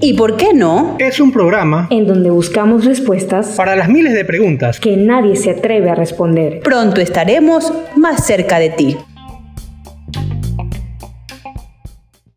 ¿Y por qué no? Es un programa en donde buscamos respuestas para las miles de preguntas que nadie se atreve a responder. Pronto estaremos más cerca de ti.